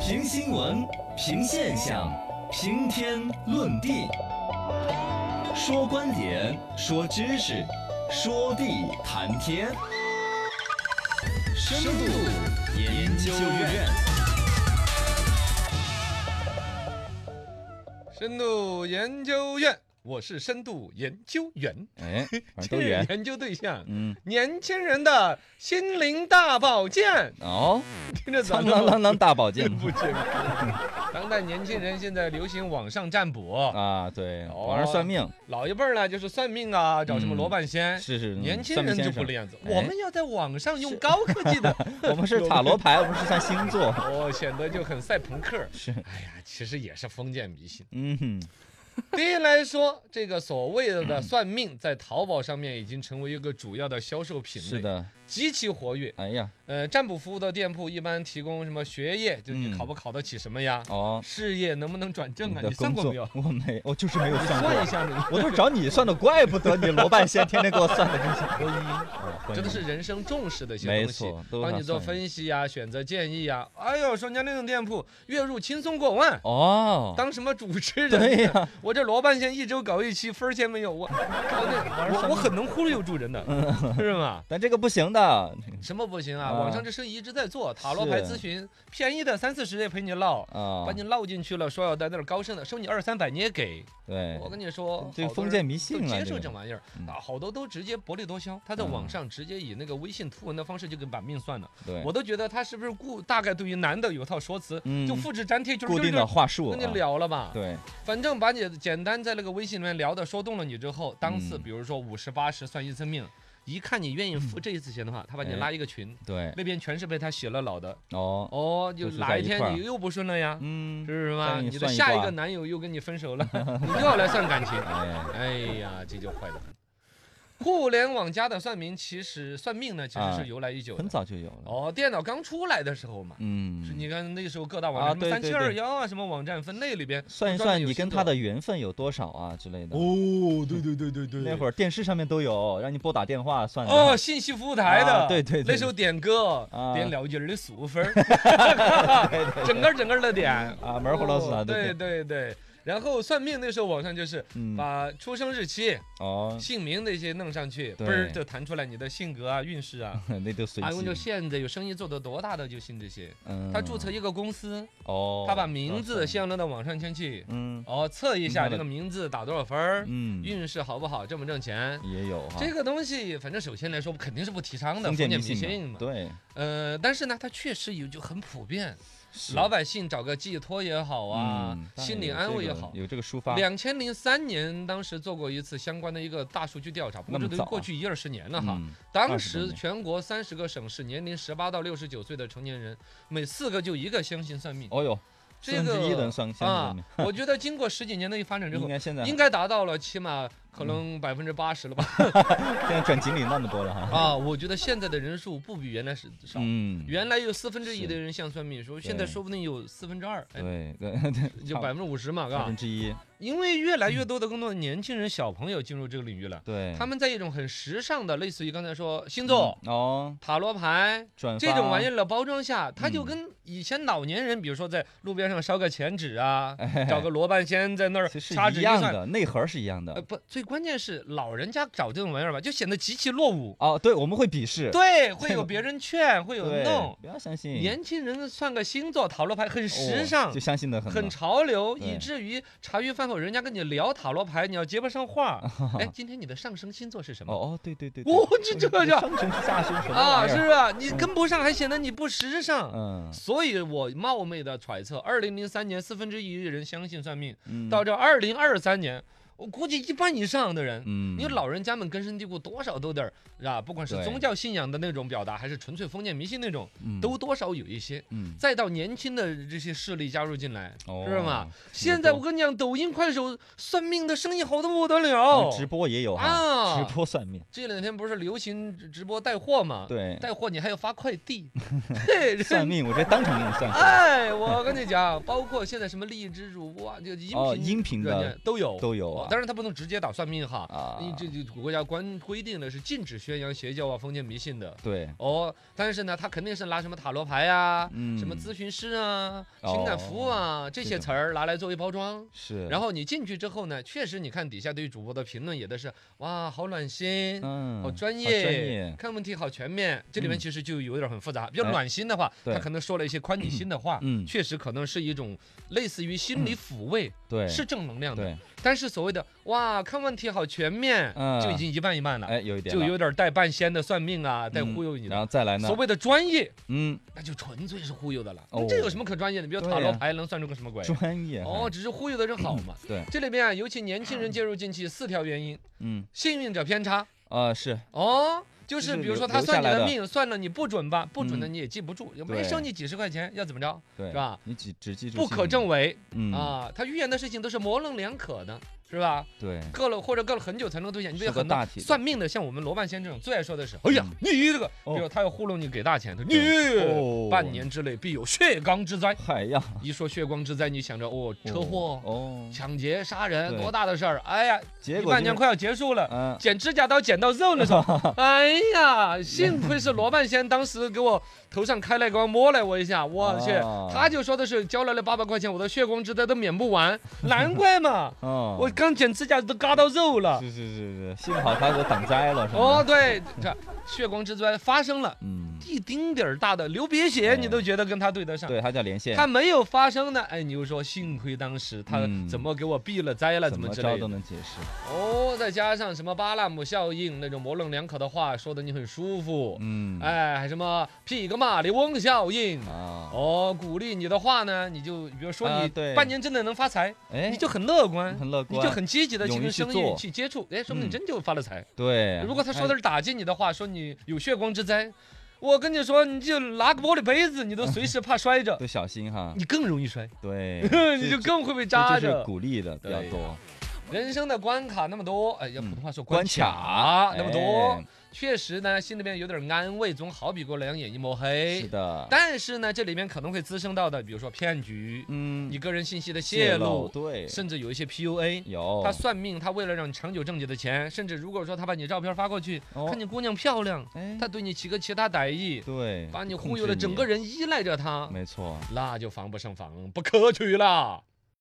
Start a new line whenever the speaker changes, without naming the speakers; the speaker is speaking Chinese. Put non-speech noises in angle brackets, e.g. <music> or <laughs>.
评新闻，评现象，评天论地，说观点，说知识，说地谈天。深度研究院，
深度研究院，我是深度研究员，
哎，反正
这
都
是
圆。
研究对象，
嗯，
年轻人的心灵大保健，
哦，
听着咋
<laughs> 当
这
当
么
当当大保健
<laughs> 不健康？当代年轻人现在流行网上占卜，
啊，对，
哦
网上算命
老一辈儿呢就是算命啊，找什么
嗯
罗半仙，
是是，
哎年轻
算命
人就
先
不
生
那样子，
哎
我们要在网上用高科技的，
我们是 <laughs> 塔
<laughs>
罗牌，我们是算星座，
哦，显得就很赛朋克。
是，
哎呀，其实也是封建迷信。
嗯哼，
<laughs> 第一来说，这个所谓的算命，在淘宝上面已经成为一个主要的销售品类，
是，的，
极其活跃。
哎呀，
呃，占卜服务的店铺一般提供什么学业，就是你
嗯
考不考得起什么呀，
哦，
事业能不能转正
你
啊？
的
你算
工作
过没有？
<laughs> 我没，我就是没有
你
算
算一
过。
下你，
我都找你算的，怪不得你罗半仙天天给我算的这些婚姻，
<laughs> 真的是人生重视的一些
没
东西
错，都
帮
想
你做
算一
分析呀、选择建议呀、哎呦，说人家那种店铺月入轻松过万，
哦，
当什么主持人？
对呀，
我这罗半仙一周搞一期，分儿钱没
<laughs>
有，我搞那我我很能忽悠住人的，是吗？
但这个不
<laughs>
行的，
什么不行啊？
啊
网上这生意一直在做，塔罗牌
是
咨询，便宜的三四十也陪你唠。
啊
把，你唠进去了，说要在那儿高盛的，收你二三百你也给。
对
我，跟你说，
哎这个
好多
封
人
建迷
都
信了，
接
这
受
个
这玩意儿
嗯
啊，好多都直接薄利多销。他在网上直接以那个微信图文的方式就给把命算了，
对，
我都觉得他是不是故大概对于男的有套说辞，
嗯
就复制粘贴，就是
固定的，话术
那就
啊，
了了吧。
对，
反正把你简单在那个微信里面聊的说动了你之后，当次
嗯
比如说五十八十算一次命，一看你愿意付这一次钱的话，他把你
哎
拉一个群，
对，
那边全是被他洗了脑的。
哦，都
哦，就是哪
在
一
一块儿
天你又不顺了呀？
嗯，
<laughs> 是吗？
算一
你的
算一
下一
卦
个男友又跟你分
<laughs>
手了，你又要来算感情。
哎，
哎呀，这就坏得很。互联网加的算命，其实算命呢，其实
啊
是由来已久
很
的。
早就有了，
哦，电脑刚出来的时候嘛，是
嗯，
你看那个时候各大网
啊
站，什么
对
三
对
七
对
二幺啊，什么网站分类里边
算一
专门
算
有
你
星
跟
座
他的缘分有多少啊之类的，
哦，对对对对对
<laughs> 那会儿电视上面都有让你拨打电话算的，
哦，信息服务台的，
啊对对对
那时候点歌
啊
点廖军儿的《素粉儿》
<laughs> <laughs> 对对，
整个儿整个儿的点
啊门儿胡老师啊
哦
对
对对对。然后算命那时候网上就是
嗯，
把出生日期、
哦， <laughs>
姓名那些弄上去，
对
嘣儿就弹出来你的性格啊、运
<laughs>
势啊。
那都随
哎，我就
机，
现在有生意做得多大的就信这些。
嗯，
他注册一个公司，
哦，
他把名
要
字
算
先扔到网上先去，
嗯
哦，测一下
明白
这
了
个名字打多少分儿，
嗯，
运势好不好，挣不挣钱。
也有哈，
这个东西，反正首先来说，肯定是不提倡的，
封建
迷
迷信
嘛。
对，
呃，但是呢，它确实有就很普遍，
是
老百姓找个寄托也好啊
嗯，当然
心理
有
安
这
慰也
个
好。
有这个抒发，
两千零三年，当时做过一次相关的一个大数据调查，不
那
过
么
这都
早啊
过去一二十年了哈。
嗯
当
20多
时
年
全国三十个省市，年龄十八到六十九岁的成年人，每四个就一个相信算命。
哦哟，
这
四分之一
个
的人算相信
啊
算命，
我觉得经过十几年的一发展之
应
后，
该现嗯在
应该达到了起码可能百分之八十了吧。
<laughs> 现在转锦鲤那么多了哈，
啊，我觉得现在的人数不比原来是少。
嗯，
原来有四分之一
是
的人像算命说，现在
对
说不定有四分之二，哎，
对对对，
就
差
百分之五十嘛，
<laughs> 三
嘎
分。之嗯一，
因为越来越多的更多的年轻人、小朋友进入这个领域了，
对，
他们在一种很时尚的，类似于刚才说星座、
嗯哦，
塔罗牌
转
这种
发
玩意儿的包装下，他
嗯
就跟以前老年人，比如说在路边上烧个钱
<laughs>
纸啊，找个罗半仙在那儿
其实
掐
一
指一
样
算，
的，内核是一样
呃，
的。
不，最关键是老人家搞这种玩意儿吧，就显得极其落伍。
哦，对，我们会鄙视，
对，会
这
有
个
别人劝，会有
<laughs> 对
弄。
不要相信，
年轻人算个星座塔罗牌很时
哦
尚
就，相信的很
很
了。
潮流，以
对
至于茶余饭后人家跟你聊塔罗牌，你要接不上
<laughs>
话。哎，今天你的上升星座是什
哦
<laughs> 么？
哦，对对对，对
哦，这 <laughs> 这
<laughs> 我
这
上身下身什么
啊，
玩意
是
儿？
吧？你跟不上，还显得你不时尚。
嗯
所以我冒昧的揣测，二零零三年四分之一人相信算命，
嗯，
到这二零二三年，我估计一半以上的人。
嗯，
因为老人家们根深蒂固，多少都有点儿啊，不管是
对
宗教信仰的那种表达，还是纯粹封建迷信那种，
嗯
都多少有一些。
嗯
再到年轻的这些势力加入进来，
哦
是吗？
直播
现在我跟你讲，抖音、快手算命的生意好的不得
哦
了。
直播也有哈，
啊
直播算命，
这两天不是流行直直播带货嘛？，
对，
带货你还要发快
<laughs>
递，嘿，
哎算
人。
命我直接当场给你算出来，
哎，我跟你讲，包括现在什么荔枝主播啊，就音频、
哦音频的
软件都有
都有
哦啊，当然他不能直接打算命哈，
啊
因为这这国家关规定的是禁止宣扬邪教啊、封建迷信的。
对，
哦，但是呢，他肯定是拿什么塔罗牌啊、
嗯
什么咨询师啊、
哦
情感服务啊这些词儿拿来作为包装。
是，
然
后
后你进去之后呢，确实你看底下对主播的评论也都是哇，好暖心。
嗯，
好专业，
好专业，
看问题好全面。这里面
嗯
其实就有点很复杂。比较
哎
暖心的话，
对
他可能说了一些宽你心的话，
嗯
确实可能是一种类似于心理抚慰，
对，
是，正能量的。
对，
但是所谓的哇，看问题好全面，
嗯
就已经一半一半了，
哎，有一点
就
了
有点带半仙的算命啊，带
嗯
忽悠你
然
的。
后再来呢
所，谓的专业，
嗯，
那就纯粹是忽悠的了。
哦
这有什么可专业的？比如
对
塔罗
呀
牌能算出个什么鬼？
专业，嗯
哦，，只是忽悠的人好嘛。
对，
这里面啊，尤其年轻人介入进去，四条原因：
嗯，
幸运者偏差。
啊，是，
哦，就
就是是
比如
留
说他
留
算
下
你
来
的
的
命，算了你不准吧，不准的
嗯
你也记不住，也没
对
收你几十块钱，要怎么着？
对，
是吧？
你只只记住
不
姓
可
名，
证伪
嗯，
啊，他预言的事情都是模棱两可的，是吧？
对，
隔了或者隔了很久才能兑现。你比如
说个
很多
大体的
算命的，像我们罗半仙这种最爱说的是，哎呀，你这个，比
哦
如他要糊弄你给大钱，他说你
哦
半，年之内必有血光之灾。
嗨呀，
一说血光之灾，你想着哦，车祸、
哦，
抢劫、杀人，
对
多大的事儿？哎呀，
结
一
果
半
就
年
是，
快要结束了，
嗯，
剪指甲刀剪到肉那
<laughs>
种。哎呀，幸亏是罗半仙当时给我头上开了光，摸了我一下，我去，
哦
他就说的是交了那八百块钱，我的血光之灾都免不完，难怪嘛，
<laughs> 哦，
我刚剪指甲都割到肉了。
<laughs> 是是是是，幸好他给我挡摘了，是吧？
哦，对，这血光之灾发生了，
嗯，
一丁点儿大的流鼻血，
哎
你都觉得跟他对得上。
对，他叫连线，
他没有发生呢，哎，你又说幸亏当时他
嗯
怎么给我避了灾了，
怎
怎么
么
之类
着
的
都。能解释，
哦，再加上什么巴纳姆效应那种模棱两可的话，说的你很舒服。
嗯，
哎，还什么皮格马利翁效应。
啊，
哦，鼓励你的话呢，你就比如说
啊
你
对
半年之内能发财，
哎，
你就很乐观，
很乐
你
观，
就很积极的去
勇于
跟
去
生意
做
去接触，哎，说不定
嗯哎
真就发了财。
对。
如果他说的是打击你的话，说你有血光之灾，我跟你说，你就拿个玻璃杯子，你都随时怕摔
哎
着，
都小心哈，
你更容易摔，，
对
<laughs> 你就更会被扎
这就是
着。
鼓励的比较
对
多，
人生的关卡那么多，哎，要普通话说
嗯关
卡那么多
哎，
确实呢，心里面有点安慰，总好比过两眼一抹黑。
是的，
哎但是呢，这里面可能会滋生到的，比如说骗局、
嗯
你个人信息的泄露，
对，哦
甚至有一些 PUA。
有
他算命，他为了让你长久挣你的钱，甚至如果说他把你照片发过去，
哦
看你姑娘漂亮，
哎
他对你起个其他歹意，
对，
把你
就
忽
控
悠
制
的整
你
个人依赖着他，
没错，
那就防不胜防，不可取了。